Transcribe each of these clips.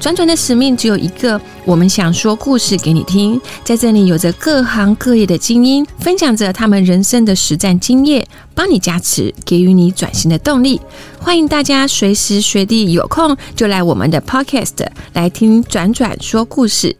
转转的使命只有一个，我们想说故事给你听。在这里，有着各行各业的精英，分享着他们人生的实战经验，帮你加持，给予你转型的动力。欢迎大家随时随地有空就来我们的 Podcast 来听转转说故事。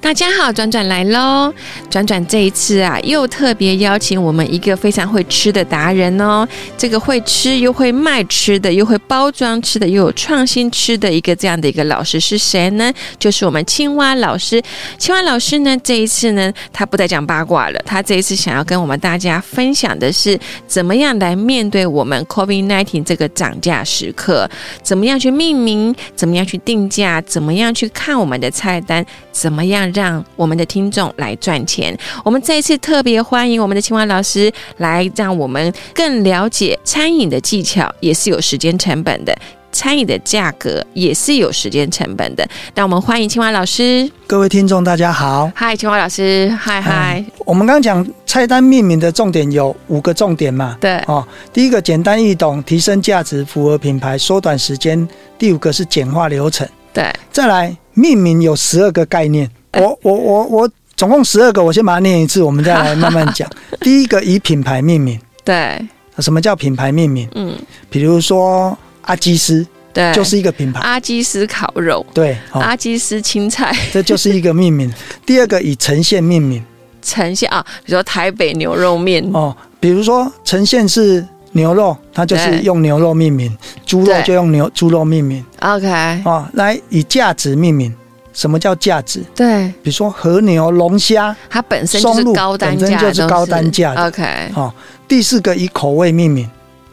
大家好，转转来喽！转转这一次啊，又特别邀请我们一个非常会吃的达人哦。这个会吃又会卖吃的，又会包装吃的，又有创新吃的一个这样的一个老师是谁呢？就是我们青蛙老师。青蛙老师呢，这一次呢，他不再讲八卦了，他这一次想要跟我们大家分享的是，怎么样来面对我们 COVID-19 这个涨价时刻，怎么样去命名，怎么样去定价，怎么样去看我们的菜单，怎么样让我们的听众来赚钱。我们这一次特别欢迎我们的青蛙老师来，让我们更了解餐饮的技巧，也是有时间成本的。餐饮的价格也是有时间成本的，让我们欢迎青蛙老师。各位听众，大家好。嗨，青蛙老师，嗨嗨，我们刚刚讲菜单命名的重点有五个重点嘛？对，哦，第一个简单易懂，提升价值，符合品牌，缩短时间；第五个是简化流程。对，再来，命名有十二个概念，我我我我总共十二个，我先把它念一次，我们再来慢慢 讲。第一个以品牌命名，对，什么叫品牌命名？嗯，比如说阿基斯对，就是一个品牌，阿基斯烤肉、对，哦，阿基斯青菜这就是一个命名。第二个以呈现命名。呈现啊，比如说台北牛肉面，哦，比如说呈现是牛肉，它就是对用牛肉命名；猪肉对就用牛猪肉命名 OK，哦，来以价值命名。什么叫价值？对，比如说和牛、龙虾。它本身就是松露高单本价，身就是都高单价的 OK，哦，第四个以口味命名，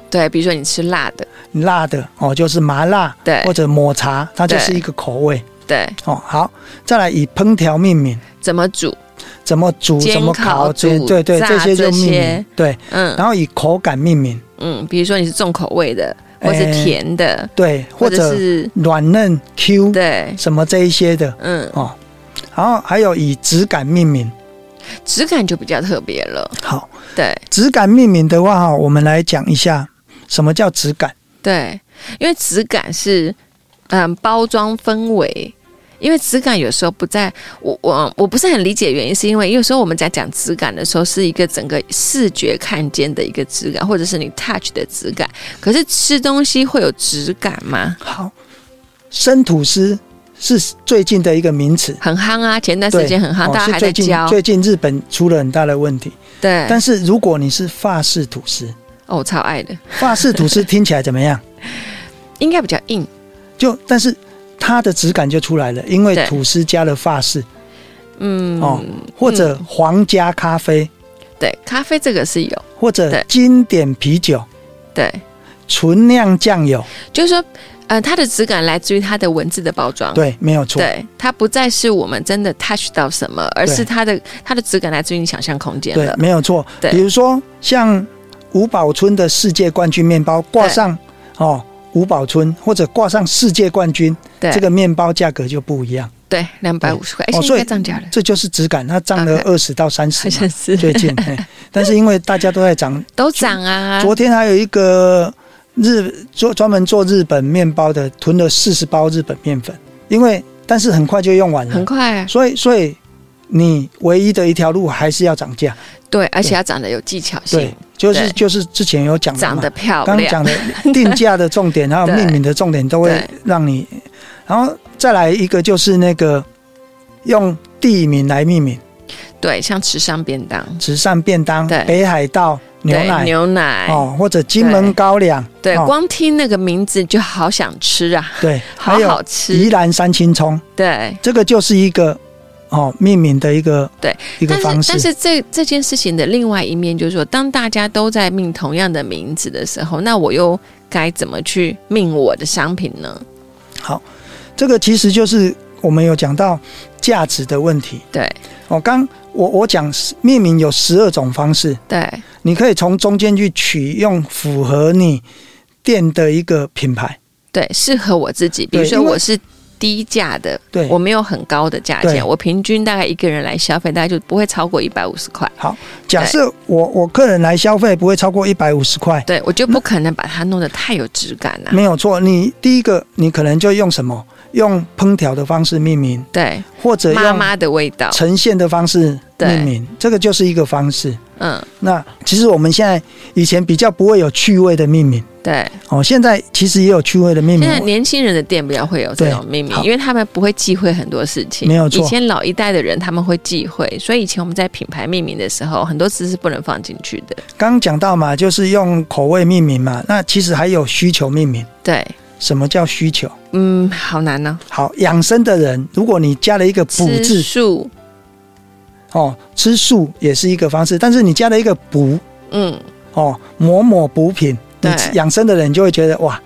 对，比如说你吃辣的，辣的哦就是麻辣对或者抹茶，它就是对一个口味对，哦。好，再来以烹调命名，怎么煮？怎么煮、煎怎么烤烤，这煮对对炸这些就这命些名对。嗯然后以口感命名，嗯，比如说你是重口味的，或是哎甜的，对，或者是软嫩 Q 对，什么这一些的，嗯，哦，然后还有以质感命名。质感就比较特别了，好，对质感命名的话，哈，我们来讲一下什么叫质感。对，因为质感是嗯包装氛围。因为质感有时候不在我我我不是很理解原因，是因为有时候我们在讲质感的时候，是一个整个视觉看见的一个质感，或者是你 touch 的质感。可是吃东西会有质感吗？好，生吐司是最近的一个名词，很夯啊，前段对时间很夯，哦大家是还在最近教。最近日本出了很大的问题。对，但是如果你是法式吐司，哦，我超爱的，法式吐司听起来怎么样？应该比较硬。就但是它的质感就出来了，因为对吐司加了法式嗯，哦，或者皇家咖啡，对，咖啡这个是有，或者对经典啤酒、对，纯酿酱油，就是说，呃，它的质感来自于它的文字的包装。对，没有错。对，它不再是我们真的 touch 到什么，而对是它的它的质感来自于你想象空间对了，。没有错。对比如说像五宝村的世界冠军面包，挂上哦五宝村或者挂上世界冠军，对，这个面包价格就不一样。对两百五十块，哎，现哦在应所该以涨价了，这就是质感，它涨了二十到三好十、像是最近。 嘿但是因为大家都在涨，都涨啊。昨天还有一个日做专门做日本面包的，囤了四十包日本面粉，因为但是很快就用完很了，快啊，所以所以你唯一的一条路还是要涨价。对，而且要长得有技巧对性，，就是对就是之前有讲的长嘛得漂刚刚亮，讲的定价的重点，还有 对命名的重点，都会对让你。然后再来一个就是那个用地名来命名，对，像吃上便当，慈善便当对、北海道牛对奶牛奶，哦，或者金门高粱，对，哦光听那个名字就好想吃啊，对，好还有好吃宜。兰三青葱，对，这个就是一个哦命名的一个对一个但方是但式。是这这件事情的另外一面就是说，当大家都在命同样的名字的时候，那我又该怎么去命我的商品呢？这个其实就是我们有讲到价值的问题对哦。刚我我讲命名有十二种方式，对，你可以从中间去取用符合你店的一个品牌。对，适合我自己。比对如说因为我是低价的，对我没有很高的价对钱，我平均大概一个人来消费，大概就不会超过一百五十块。好，假设我我客人来消费不会超过一百五十块，对，我就不可能把它弄得太有质感啊。没有错。你第一个，你可能就用什么？用烹调的方式命名，对，或者妈用妈的味道，呈现的方式对命名，这个就是一个方式。嗯，那其实我们现在以前比较不会有趣味的命名对。哦，现在其实也有趣味的命现在名。年轻人的店比较会有这种秘密对，好因为他们不会忌讳很多事情。没有以错前老一代的人他们会忌讳，所以以前我们在品牌命名的时候，很多字是不能放进去的。刚刚讲到嘛，就是用口味命名嘛，那其实还有需求命名。对，什么叫需求？嗯，好难呢、好，养生的人，如果你加了一个“补”吃字素，哦，吃素也是一个方式，但是你加了一个“补嗯，”哦，某某补品，你对养生的人就会觉得哇，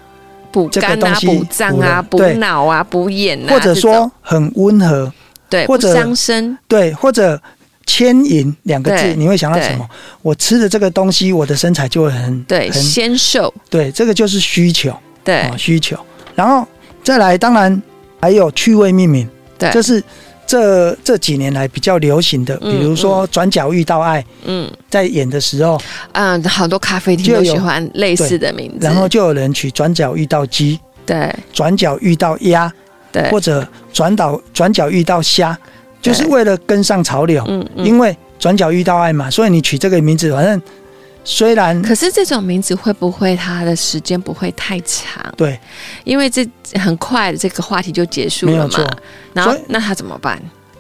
补这个肝东啊，西补脏啊，补补了对脑啊，补眼啊，或者这说种很温和，对，或者不伤身，对，或者牵引两个字，对你会想到对什么？我吃的这个东西，我的身材就会很对，很纤瘦，对，这个就是需求对哦，需求。然后再来，当然还有趣味命名，对，这是这这几年来比较流行的，嗯比如说《转角遇到爱》嗯在演的时候，嗯，好多咖啡厅就都有喜欢类似的名字，然后就有人取“转角遇到鸡”。对转角遇到鸭，对，或者转岛转角遇到虾，对就是为了跟上潮流。嗯嗯。因为转角遇到爱嘛，所以你取这个名字，反正虽然可是这种名字会不会它的时间不会太长？对，因为这很快这个话题就结束没有了错嘛。然后所以那他怎么办？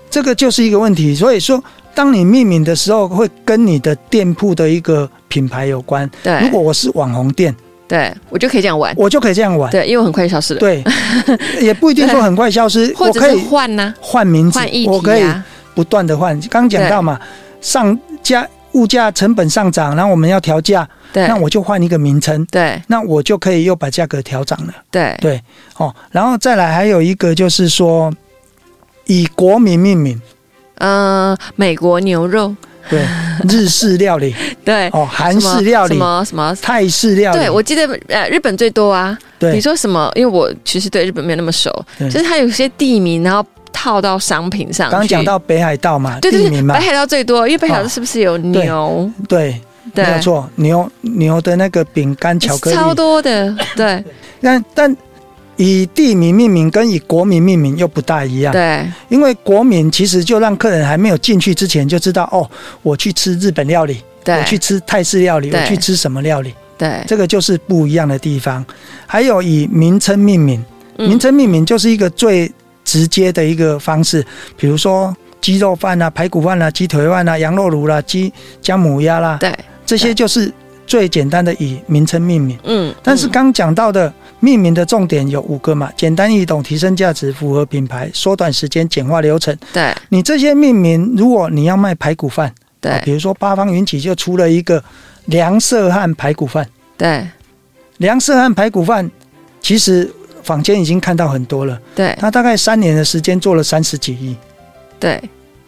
这个就是一个问题。所以说，当你命名的时候，会跟你的店铺的一个品牌有关。如对果我是网红店，对，我就可以这样玩。我就可以这样玩。对，因为我很快就消失了。对， 也不一定说很快消失，或我者可是以换呢、换名字换议，我可题以啊，不断的换。刚讲到嘛，上价物价成本上涨，然后我们要调价，对那我就换一个名称。对那我就可以又把价格调涨了。对对，哦，然后再来还有一个就是说，以国民命名，嗯、呃美国牛肉， 对，日式料理，对，哦，韩什么式料什理，么什么。泰式料理，对，我记得呃，日本最多啊。你对说什么？因为我其实对日本没有那么熟，对就是它有些地名，然后套到商品上去。刚刚讲到北海道嘛，对对地对，名嘛北，海道最多，因为北海哦道是不是有牛？对，对，没有错，牛牛的那个饼干、巧克超力，多的，对但但。以地名命名跟以国民命名又不大一样，对因为国民其实就让客人还没有进去之前就知道哦，我去吃日本料理，我去对吃泰式料理，对我去吃什么料理，对，这个就是不一样的地方。还有以名称命名，嗯名称命名就是一个最直接的一个方式，比如说鸡肉饭啊、排骨饭啊、鸡腿饭啊、羊肉炉啦、鸡姜母鸭啦，对，这些就是最简单的以名称命名。嗯，但是嗯刚讲到的命名的重点有五个嘛，简单易懂、提升价值、符合品牌、缩短时间、简化流程。对你这些命名，如果你要卖排骨饭，啊对比如说八方云集就出了一个凉色汉排骨饭。对梁色汉排骨饭，其实坊间已经看到很多了。对他大概三年的时间做了三十几亿。对，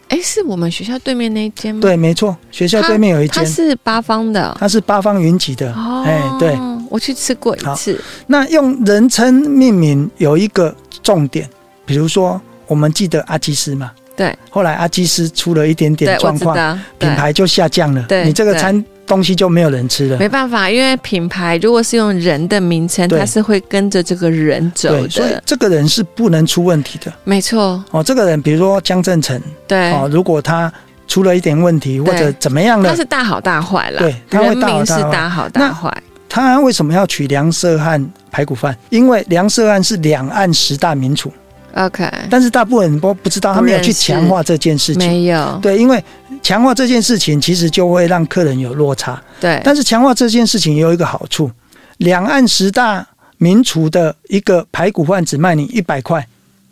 哎，是我们学校对面那一间吗？，对，没错，学校对面有一间嗯它，是八方的它是八方云集的。哦，哎、对，，我去吃过好一次，那用人称命名有一个重点，比如说我们记得阿基斯嘛，对，后来阿基斯出了一点对点，我状知况，道，品对。牌就下降了，对你这个对餐东西就没有人吃了。没办法，因为品牌如果是用人的名称，对它是会跟着这个人走对，所以的，这个人是不能出问题的没错，哦。这个人，比如说江正成，对，哦，如果他出了一点问题或者怎么样它了，是大好大坏啦，对它会人大好名是大坏大好那大坏，他为什么要取梁色汉排骨饭？因为梁色汉是两岸十大名厨， OK，但是大部分人都不知道，他没有去强化这件事情。没有，对，因为强化这件事情其实就会让客人有落差，对但是强化这件事情也有一个好处，两岸十大名厨的一个排骨饭只卖你一百块，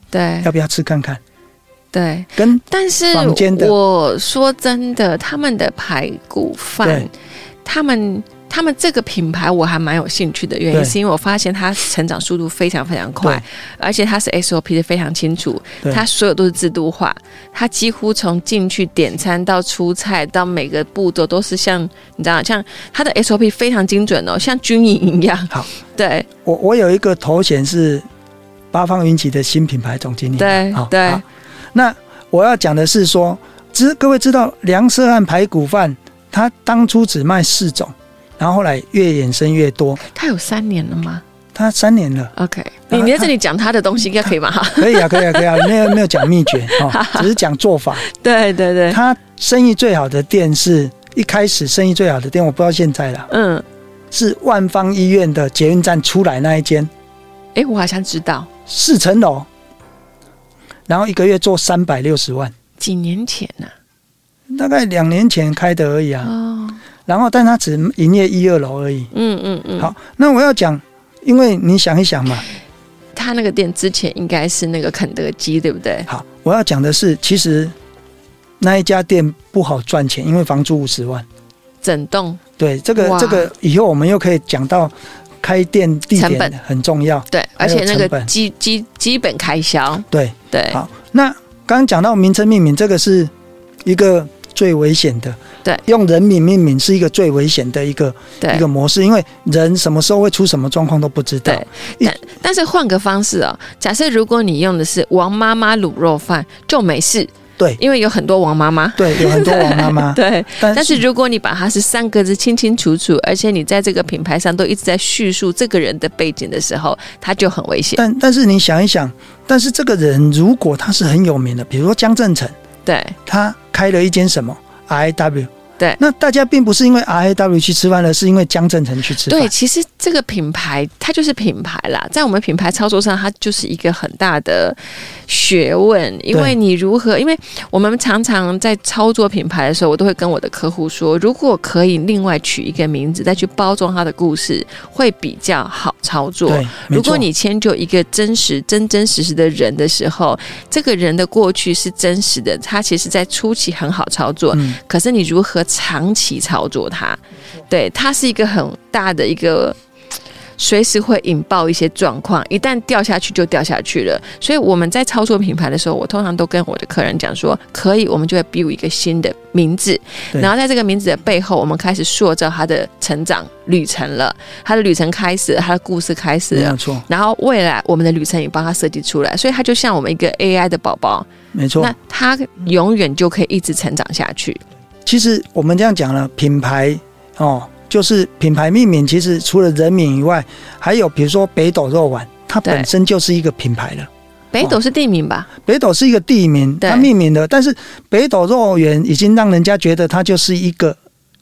对要不要吃看看？对。跟但是房间的我说真的，他们的排骨饭对，他们。他们这个品牌我还蛮有兴趣的原因，对是因为我发现它成长速度非常非常快对，而且它是 SOP 的非常清楚，对它所有都是制度化，它几乎从进去点餐到出菜到每个步骤都是像你知道，像它的 SOP 非常精准哦，像军营一样。好， 对我我有一个头衔是八方云集的新品牌总经理。对好对好那我要讲的是说，知各位知道梁色汉排骨饭，它当初只卖四种，然后后来越衍生越多，它有三年了吗它三年了。 ？OK，啊你你在它这里讲它的东西应该可以吧？ 哈，可以啊，可以啊，可 以啊，没有没有讲秘诀 哦，只是讲做法。对对对，他生意最好的店是一开始生意最好的店，我不知道现在啦，嗯，是万方医院的捷运站出来那一间诶，我好像知道，四层楼，然后一个月做三百六十万，几年前啊呢、大概两年前开的而已啊。哦，然后，但他只营业一二楼而已。嗯嗯嗯，好，那我要讲，因为你想一想嘛，他那个店之前应该是那个肯德基，对不对？好，我要讲的是，其实那一家店不好赚钱，因为房租五十万。整栋对，这个哇这个以后我们又可以讲到开店地成本点很重要。对，还而有且那成个本基基基本开销，对，对好那刚刚讲到名称命名，这个是一个最危险的。对，用人名命名是一个最危险的一个一对个模式，因为人什么时候会出什么状况都不知道。对。但但是换个方式哦，假设如果你用的是王妈妈卤肉饭就没事，对因为有很多王妈妈。对，有很多王妈妈， 对，但但是如果你把它是三个字清清楚楚，而且你在这个品牌上都一直在叙述这个人的背景的时候，它就很危险。但但是你想一想，但是这个人如果他是很有名的，比如说江正成，对他开了一间什么 R A W，对那大家并不是因为 R A W 去吃饭，而是因为江正成去吃饭。对，其实这个品牌它就是品牌啦，在我们品牌操作上，它就是一个很大的学问，因为你如何，因为我们常常在操作品牌的时候，我都会跟我的客户说，如果可以另外取一个名字再去包装它的故事，会比较好操作。对，没如果错你迁就一个真实、真真实实的人的时候，这个人的过去是真实的，他其实在初期很好操作，嗯可是你如何长期操作它？对，它是一个很大的一个。随时会引爆一些状况，一旦掉下去就掉下去了。所以我们在操作品牌的时候，我通常都跟我的客人讲说，可以，我们就会 build 一个新的名字，对然后在这个名字的背后，我们开始塑造他的成长旅程了，他的旅程开始了，他的故事开始没了有。错，然后未来我们的旅程也帮他设计出来，所以他就像我们一个 AI 的宝宝，没错那。他永远就可以一直成长下去。其实我们这样讲了，品牌哦，就是品牌命名，其实除了人名以外，还有比如说北斗肉丸，它对本身就是一个品牌了。北哦斗是地名吧？北斗是一个地名，对它命名的，但是北斗肉圆已经让人家觉得它就是一个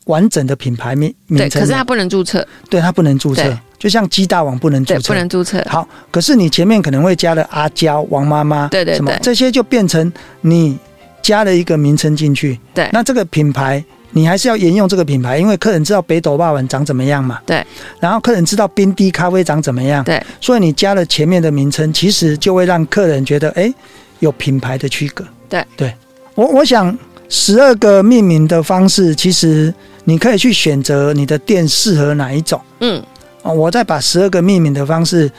完整的品牌名名对，称可是了，他不能注册，对它不能注对册，就像鸡大王不能注对，册，不能注册。好，可是你前面可能会加了阿娇、王妈妈，对对什么对这些就变成你加了一个名称进去。对那这个品牌你还是要沿用这个品牌，因为客人知道北斗霸王长怎么样嘛。对。然后客人知道冰滴咖啡长怎么样，对所以你加了前面的名称，其实就会让客人觉得，哎，有品牌的区隔。对对，我我想十二个命名的方式，其实你可以去选择你的店适合哪一种。嗯，哦，我再把十二个命名的方式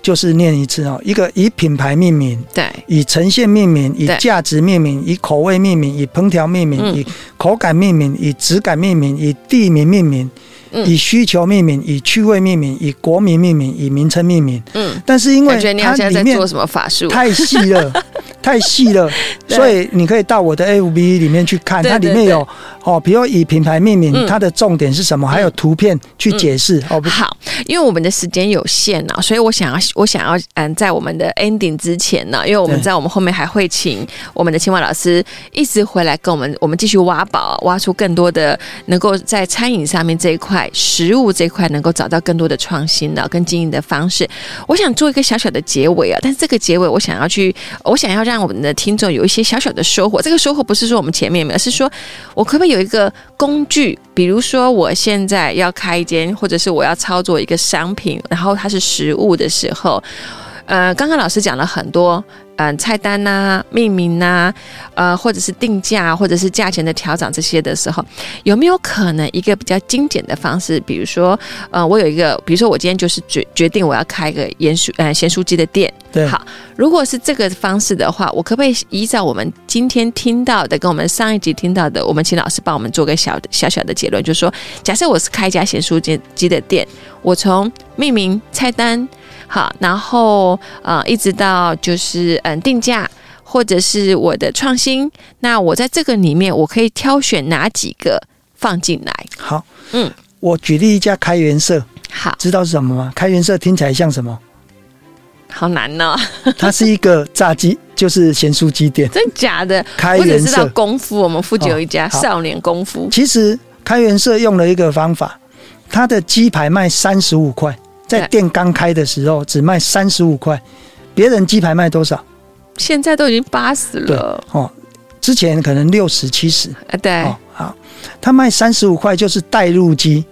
就是念一次哦，一个以品牌命名，对以呈现命名，以对价值命名，以口味命名，以烹调命名，嗯以口感命名，以质感命名，以地名命名，嗯以需求命名，以趣味命名，以国民命名，以名称命名。嗯，但是因为感觉你好它像在里做面什么法术？太细了， 太细了，对 所以你可以到我的 FB 里面去看，对它里对面对有哦，比如以品牌命名，嗯它的重点是什么，还有图片去解释哦，不好，因为我们的时间有限呢、所以我想要我想要嗯，在我们的 ending 之前啊呢、因为我们对在我们后面还会请我们的青蛙老师一直回来跟我们，我们继续挖宝，啊挖出更多的能够在餐饮上面这一块、食物这一块能够找到更多的创新的、跟经营的方式。我想做一个小小的结尾啊，但是这个结尾我想要去，我想要让我们的听众有一些小小的收获。这个收获不是说我们前面没有，而是说我可不可以有一个工具？比如说，我现在要开一间，或者是我要操作一个商品，然后它是实物的时候，呃，刚刚老师讲了很多嗯、菜单呐、命名呐、呃，或者是定价，或者是价钱的调整这些的时候，有没有可能一个比较精简的方式？比如说，呃，我有一个，比如说我今天就是决决定我要开一个盐酥呃咸酥鸡的店。对，好如果是这个方式的话，我可不可以依照我们今天听到的，跟我们上一集听到的，我们请老师帮我们做个小小小的结论，就是说，假设我是开一家咸酥鸡鸡的店，我从命名、菜单，好，然后呃，一直到就是嗯定价。或者是我的创新，那我在这个里面，我可以挑选哪几个放进来？好，嗯，我举例一家开元社，好，知道是什么吗？开元社听起来像什么？好难哦，它是一个炸鸡，就是咸酥鸡店。真假的？开我只元知道社功夫，我们附近有一家哦哎好少年功夫，其实开元社用了一个方法，它的鸡排卖三十五块，在对店刚开的时候只卖三十五块，别人鸡排卖多少？现在都已经八十对了，哦，之前可能六十、七十啊，对，哦，好，他卖三十五块就是带入鸡，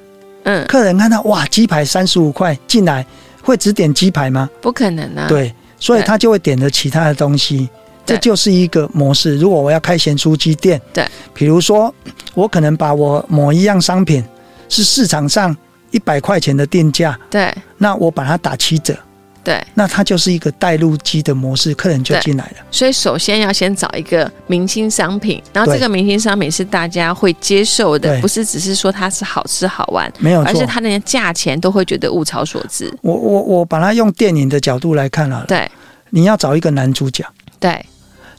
嗯，客人看到哇，鸡排三十五块进来，会只点鸡排吗？不可能啊，，对，所以对他就会点了其他的东西。对这就是一个模式。如果我要开咸酥鸡店，对，比如说我可能把我某一样商品是市场上一百块钱的定价，对，那我把它打七折，对，那它就是一个带入鸡的模式，客人就对进来了。所以首先要先找一个明星商品，然后对这个明星商品是大家会接受的，对不是只是说它是好吃好玩，没有而错是，它连价钱都会觉得物超所值，我我我把它用电影的角度来看好了。对，你要找一个男主角，对，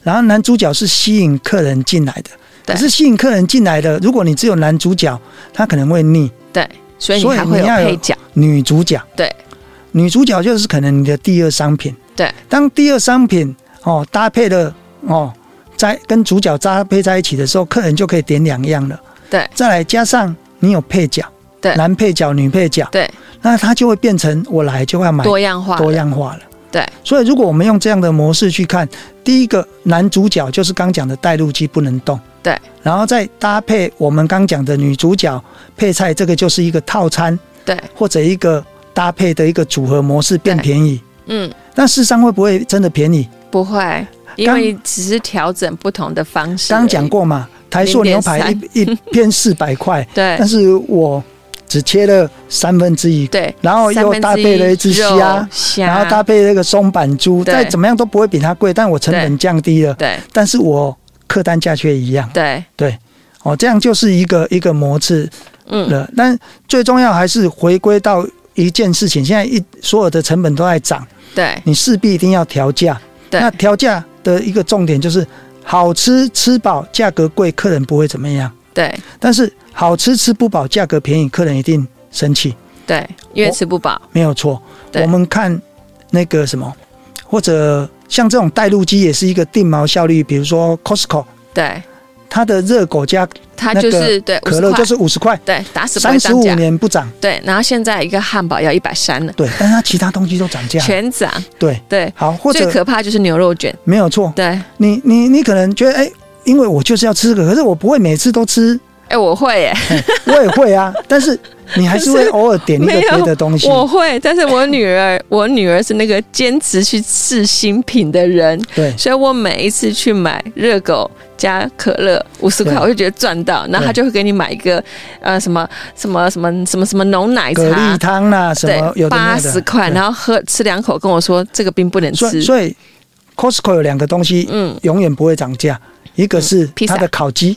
然后男主角是吸引客人进来的。对可是吸引客人进来的，如果你只有男主角，他可能会腻。对，所以你所以还会有你要有配角，女主角，对，女主角就是可能你的第二商品。对，当第二商品哦搭配了哦，在跟主角搭配在一起的时候，客人就可以点两样了。对，再来加上你有配角，对男配角、女配角，对，那它就会变成我来就要买多样化，多样化了。对，所以如果我们用这样的模式去看，第一个男主角就是刚讲的带路机不能动，对，然后再搭配我们刚讲的女主角配菜，这个就是一个套餐对，或者一个搭配的一个组合模式变对便宜。嗯，但事实上会不会真的便宜？不会，因为只是调整不同的方式，刚讲，过嘛，台塑牛排一一片四百块， 对但，是我只切了三分之一，对，然后又搭配了一只三分之虾肉，虾，然后搭配那个松板猪，对再怎么样都不会比它贵，但我成本降低了，对但是我客单价却一样。对，对，哦，这样就是一个一个模式嗯，了。但最重要还是回归到一件事情，现在一所有的成本都在涨，对你势必一定要调价。对那调价的一个重点就是好吃吃饱，价格贵，客人不会怎么样；对但是好吃吃不饱，价格便宜，客人一定生气。对，因为吃不饱，没有错。对我们看那个什么，或者像这种带路机也是一个定毛效率，比如说 Costco，对，它的热狗加它那就个是对可乐50块就是五十块，对打死不会三十涨五价，年不涨，对，然后现在一个汉堡要一百三了，对，但是它其他东西都涨价，全涨，对，对，好，或最者可怕就是牛肉卷，没有错，对，你你你可能觉得哎。因为我就是要吃这个，可是我不会每次都吃，哎，我会耶，我也会啊。但是你还是可会是偶尔点一个没有别的东西，我会，但是我女儿，我女儿是那个坚持去试新品的人，对所以我每一次去买热狗加可乐五十块，对我就觉得赚到，然后他就会给你买一个呃什么什么什么什么什么浓奶蛤蜊茶，汤啦、什么有的没八有的十块，对然后喝吃两口，跟我说这个冰不能所以吃，所以 Costco 有两个东西，嗯永远不会涨价。一个是披萨它的烤鸡，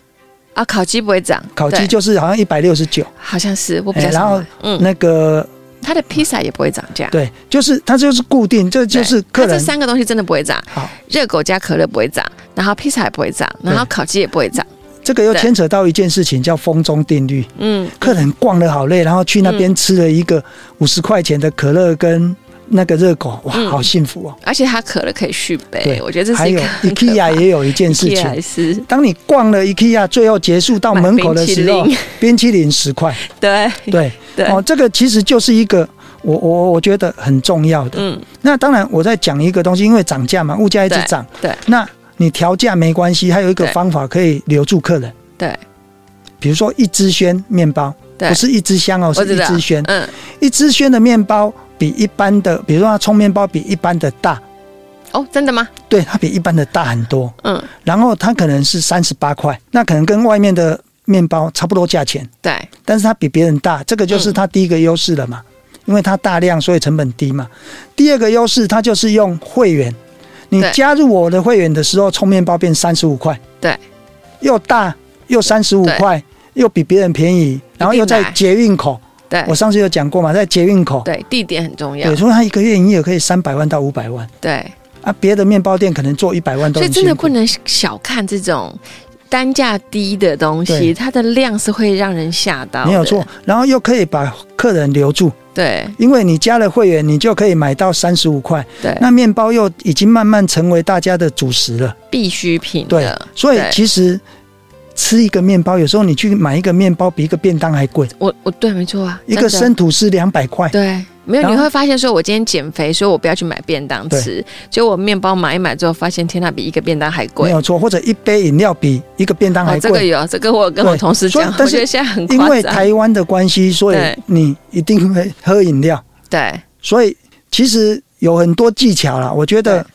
啊，烤鸡不会涨，烤鸡对就是好像一百六十九，好像是我比哎较然少后买，嗯，那个它的披萨也不会涨价，对，就是它就是固定，这对就是客它这人三个东西真的不会涨，好。热狗加可乐不会涨，然后披萨也不会涨，然后对烤鸡也不会涨，这个又对牵扯到一件事情，叫风中定律。嗯。客人逛的好累，然后去那边吃了一个五十块钱的可乐跟那个热狗，哇，嗯好幸福哦！而且它可乐可以续杯，对我觉得这还是一有个很可 IKEA 也有一件事怕的 IKEA 是情，当你逛了 IKEA，最后结束到买门口的冰淇时候淋，冰淇淋十块， 对对，对，哦，这个其实就是一个我我我觉得很重要的。嗯，那当然，我在讲一个东西，因为涨价嘛，物价一直涨，对那你调价没关系，还有一个对方法可以留住客人，对比如说一支轩面包，对，不是一支香哦，我是知一道支轩，嗯，一支轩的面包比一般的，比如说它葱面包比一般的大，哦，真的吗？对，它比一般的大很多。嗯，然后它可能是三十八块，那可能跟外面的面包差不多价钱，对，但是它比别人大，这个就是它第一个优势了嗯嘛，因为它大量，所以成本低嘛。第二个优势，它就是用会员，你对加入我的会员的时候，充面包变三十五块，对，又大又三十五对块，又比别人便宜，然后又在买捷运口，对我，上次有讲过嘛，在捷运口，对，地点很重要对，，所以它一个月营业额可以三百万到五百万对，啊，别的面包店可能做一百万都所以很辛真苦。的不能小看这种单价低的东西，对它的量是会让人吓到，没有错，，然后又可以把客人留住，对因为你加了会员，你就可以买到三十五块。对，那面包又已经慢慢成为大家的主食了，必需品对的，，所以对其实吃一个面包，有时候你去买一个面包比一个便当还贵，我我对，没错啊，一个真的生吐司两百块，对。没有，然你后会发现说，我今天减肥，所以我不要去买便当吃。结果我面包买一买之后，发现天呐，比一个便当还没贵。有错，或者一杯饮料比一个便当哦还，这个贵。有，这个我跟我对同事所以讲，我但是觉得现在很因夸为张。台湾的关系，所以对你一定会喝饮料，对，所以其实有很多技巧啦。我觉得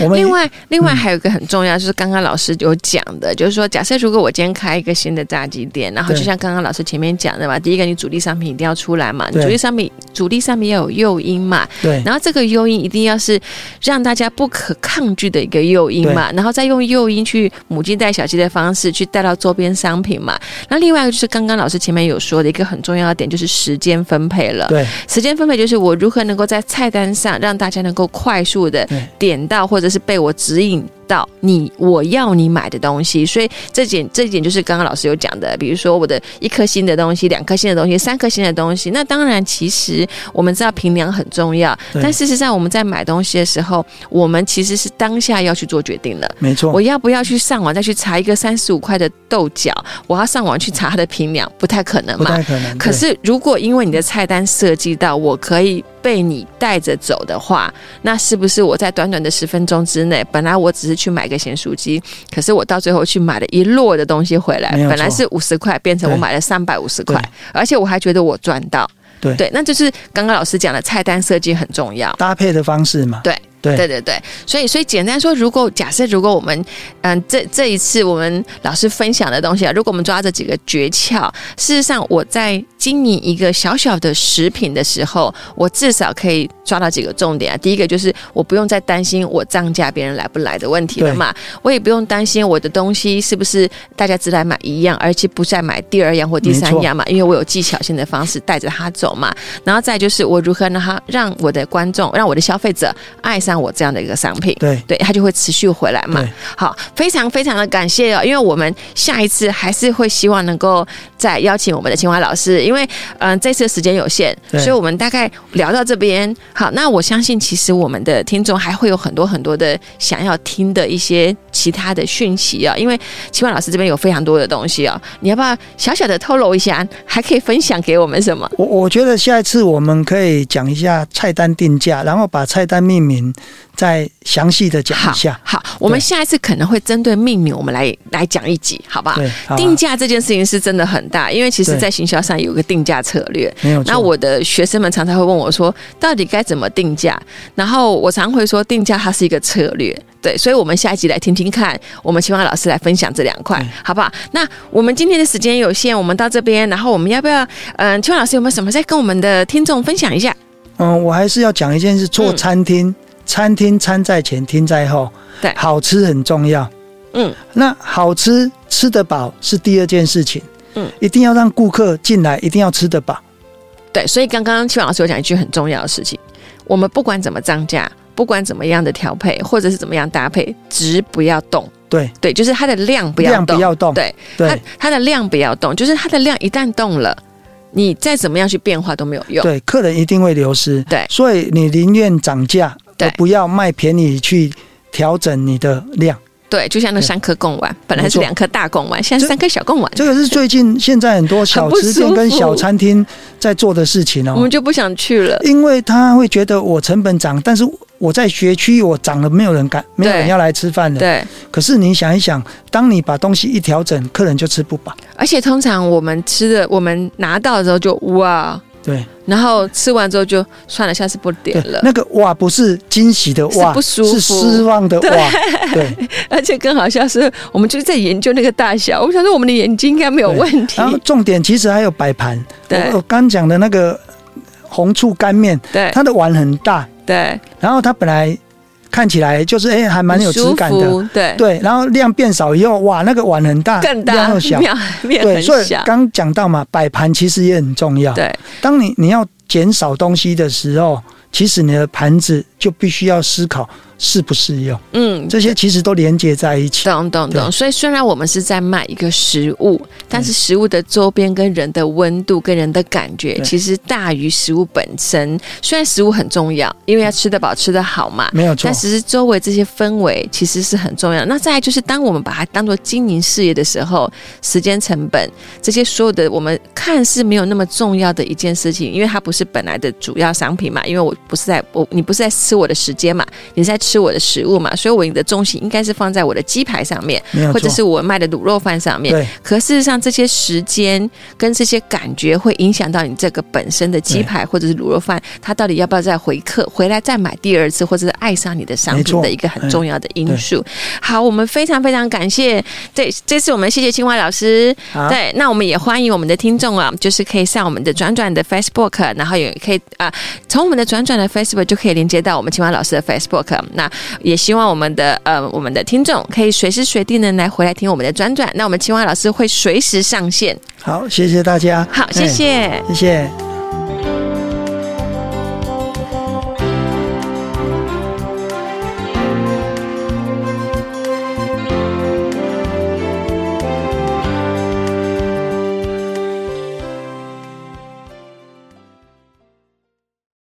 我们嗯另外，另外还有一个很重要，就是刚刚老师有讲的，就是说，假设如果我今天开一个新的炸鸡店，然后就对像刚刚老师前面讲的嘛，第一个你主力商品一定要出来嘛，你对主力商品主力商品要有诱因嘛，对然后这个诱因一定要是让大家不可抗拒的一个诱因嘛，然后再用诱因去母鸡带小鸡的方式去带到周边商品嘛。那另外一个就是刚刚老师前面有说的一个很重要的点，就是时间分配了。对时间分配就是我如何能够在菜单上让大家能够快速的对点到，或者是被我指引到你我要你买的东西。所以这点这一点就是刚刚老师有讲的，比如说我的一颗星的东西、两颗星的东西、三颗星的东西。那当然，其实我们知道评量很重要，对但事实上我们在买东西的时候，我们其实是当下要去做决定了。没错我，要不要去上网再去查一个三十五块的豆角？我要上网去查它的评量，不太可能不嘛。太可能。可对是，如果因为你的菜单设计到我可以被你带着走的话，那是不是我在短短的十分钟之内，本来我只是去买个咸酥鸡，可是我到最后去买了一摞的东西回来没有，错本来是五十块，变成我对买了三百五十块对，而且我还觉得我赚到。对对，那就是刚刚老师讲的菜单设计很重要。搭配的方式嘛，对对对对对，所以所以简单说，如果假设如果我们嗯这这一次我们老师分享的东西啊，如果我们抓这几个诀窍，事实上我在经营一个小小的食品的时候，我至少可以抓到几个重点啊。第一个就是我不用再担心我涨价别人来不来的问题了嘛，我也不用担心我的东西是不是大家只来买一样，而且不再买第二样或第三样嘛，因为我有技巧性的方式带着他走嘛。然后再就是我如何让他让我的观众，让我的消费者爱上我这样的一个商品。对对，他就会持续回来嘛对。好，非常非常的感谢哦，因为我们下一次还是会希望能够再邀请我们的青蛙老师，因为嗯、呃这次的时间有限，对所以我们大概聊到这边。好，那我相信其实我们的听众还会有很多很多的想要听的一些其他的讯息啊、因为青蛙老师这边有非常多的东西哦，你要不要小小的透露一下，还可以分享给我们什么？我我觉得下一次我们可以讲一下菜单定价，然后把菜单命名再详细的讲一下。好，我们下一次可能会针对命名，我们来来讲一集，好不好？对，好啊定价这件事情是真的很大，因为其实，对在行销上有个定价策略。没有错。那我的学生们常常会问我说，到底该怎么定价？然后我常会说，定价它是一个策略，对，所以我们下一集来听听看，我们希望老师来分享这两块嗯，好不好？那我们今天的时间有限，我们到这边，然后我们要不要，嗯、呃，邱老师有没有什么再跟我们的听众分享一下？嗯，我还是要讲一件事，做嗯餐厅，餐厅餐在前，厅在后。对好吃很重要。嗯，那好吃吃得饱是第二件事情。嗯，一定要让顾客进来，一定要吃得饱。对，所以刚刚邱老师有讲一句很重要的事情，我们不管怎么涨价，不管怎么样的调配，或者是怎么样搭配，值不要动。对，对，就是它的量不要量动，不要动。对它对它的量不要动，就是它的量一旦动了，你再怎么样去变化都没有用。对，客人一定会流失。对所以你宁愿涨价，对而不要卖便宜去调整你的量。对就像那对三颗贡丸，本来没是错两颗大贡丸，现在这三颗小贡丸。这个是最近现在很多小很不吃店跟舒服小餐厅在做的事情我哦们，就不想去了，因为他会觉得我成本涨，但是我在学区我涨了，没有人敢，没有人要来吃饭了。对，可是你想一想，当你把东西一调整，客人就吃不饱。而且通常我们吃的，我们拿到的时候就哇，对然后吃完之后就算了，下次不点对了，。那个哇不是惊喜的哇，是不舒服是失望的哇， 对。而且更好笑是，我们就是在研究那个大小。我想说，我们的眼睛应该没有问题然。后重点其实还有摆盘，对我我哦刚讲的那个红醋干面，对它的碗很大，对，然后它本来看起来就是哎、还蛮有质感很舒的，服。对，对，然后量变少以后，哇，那个碗很大，更大量又小，面面对，很所以小。刚讲到嘛，摆盘其实也很重要。对当你你要减少东西的时候，其实你的盘子就必须要思考适不适用，嗯，这些其实都连接在一起。懂懂对懂。所以虽然我们是在卖一个食物，但是食物的周边跟人的温度跟人的感觉，对其实大于食物本身。虽然食物很重要，因为要吃得饱、吃得好嘛。没有错但，其实周围这些氛围其实是很重要。那再来就是，当我们把它当做经营事业的时候，时间成本这些所有的我们看似没有那么重要的一件事情，因为它不是本来的主要商品嘛，因为我不是在我你不是在吃我的时间嘛，你是在吃我的食物嘛，所以我的重心应该是放在我的鸡排上面，嗯没有或者是错，我卖的卤肉饭上面。对可事实上，这些时间跟这些感觉会影响到你这个本身的鸡排或者是卤肉饭，它到底要不要再回客，回来再买第二次，或者是爱上你的商没品错哎的一个很重要的因素。好，我们非常非常感谢，对，这次我们谢谢青蛙老师。好对，那我们也欢迎我们的听众啊，就是可以上我们的转转的 Facebook，然后也可以啊、从我们的转转的 Facebook 就可以连接到我们青蛙老师的 Facebook。那也希望我们的呃我们的听众可以随时随地呢来回来听我们的转转。那我们青蛙老师会随时上线。好，谢谢大家，好，谢哎，谢。谢谢。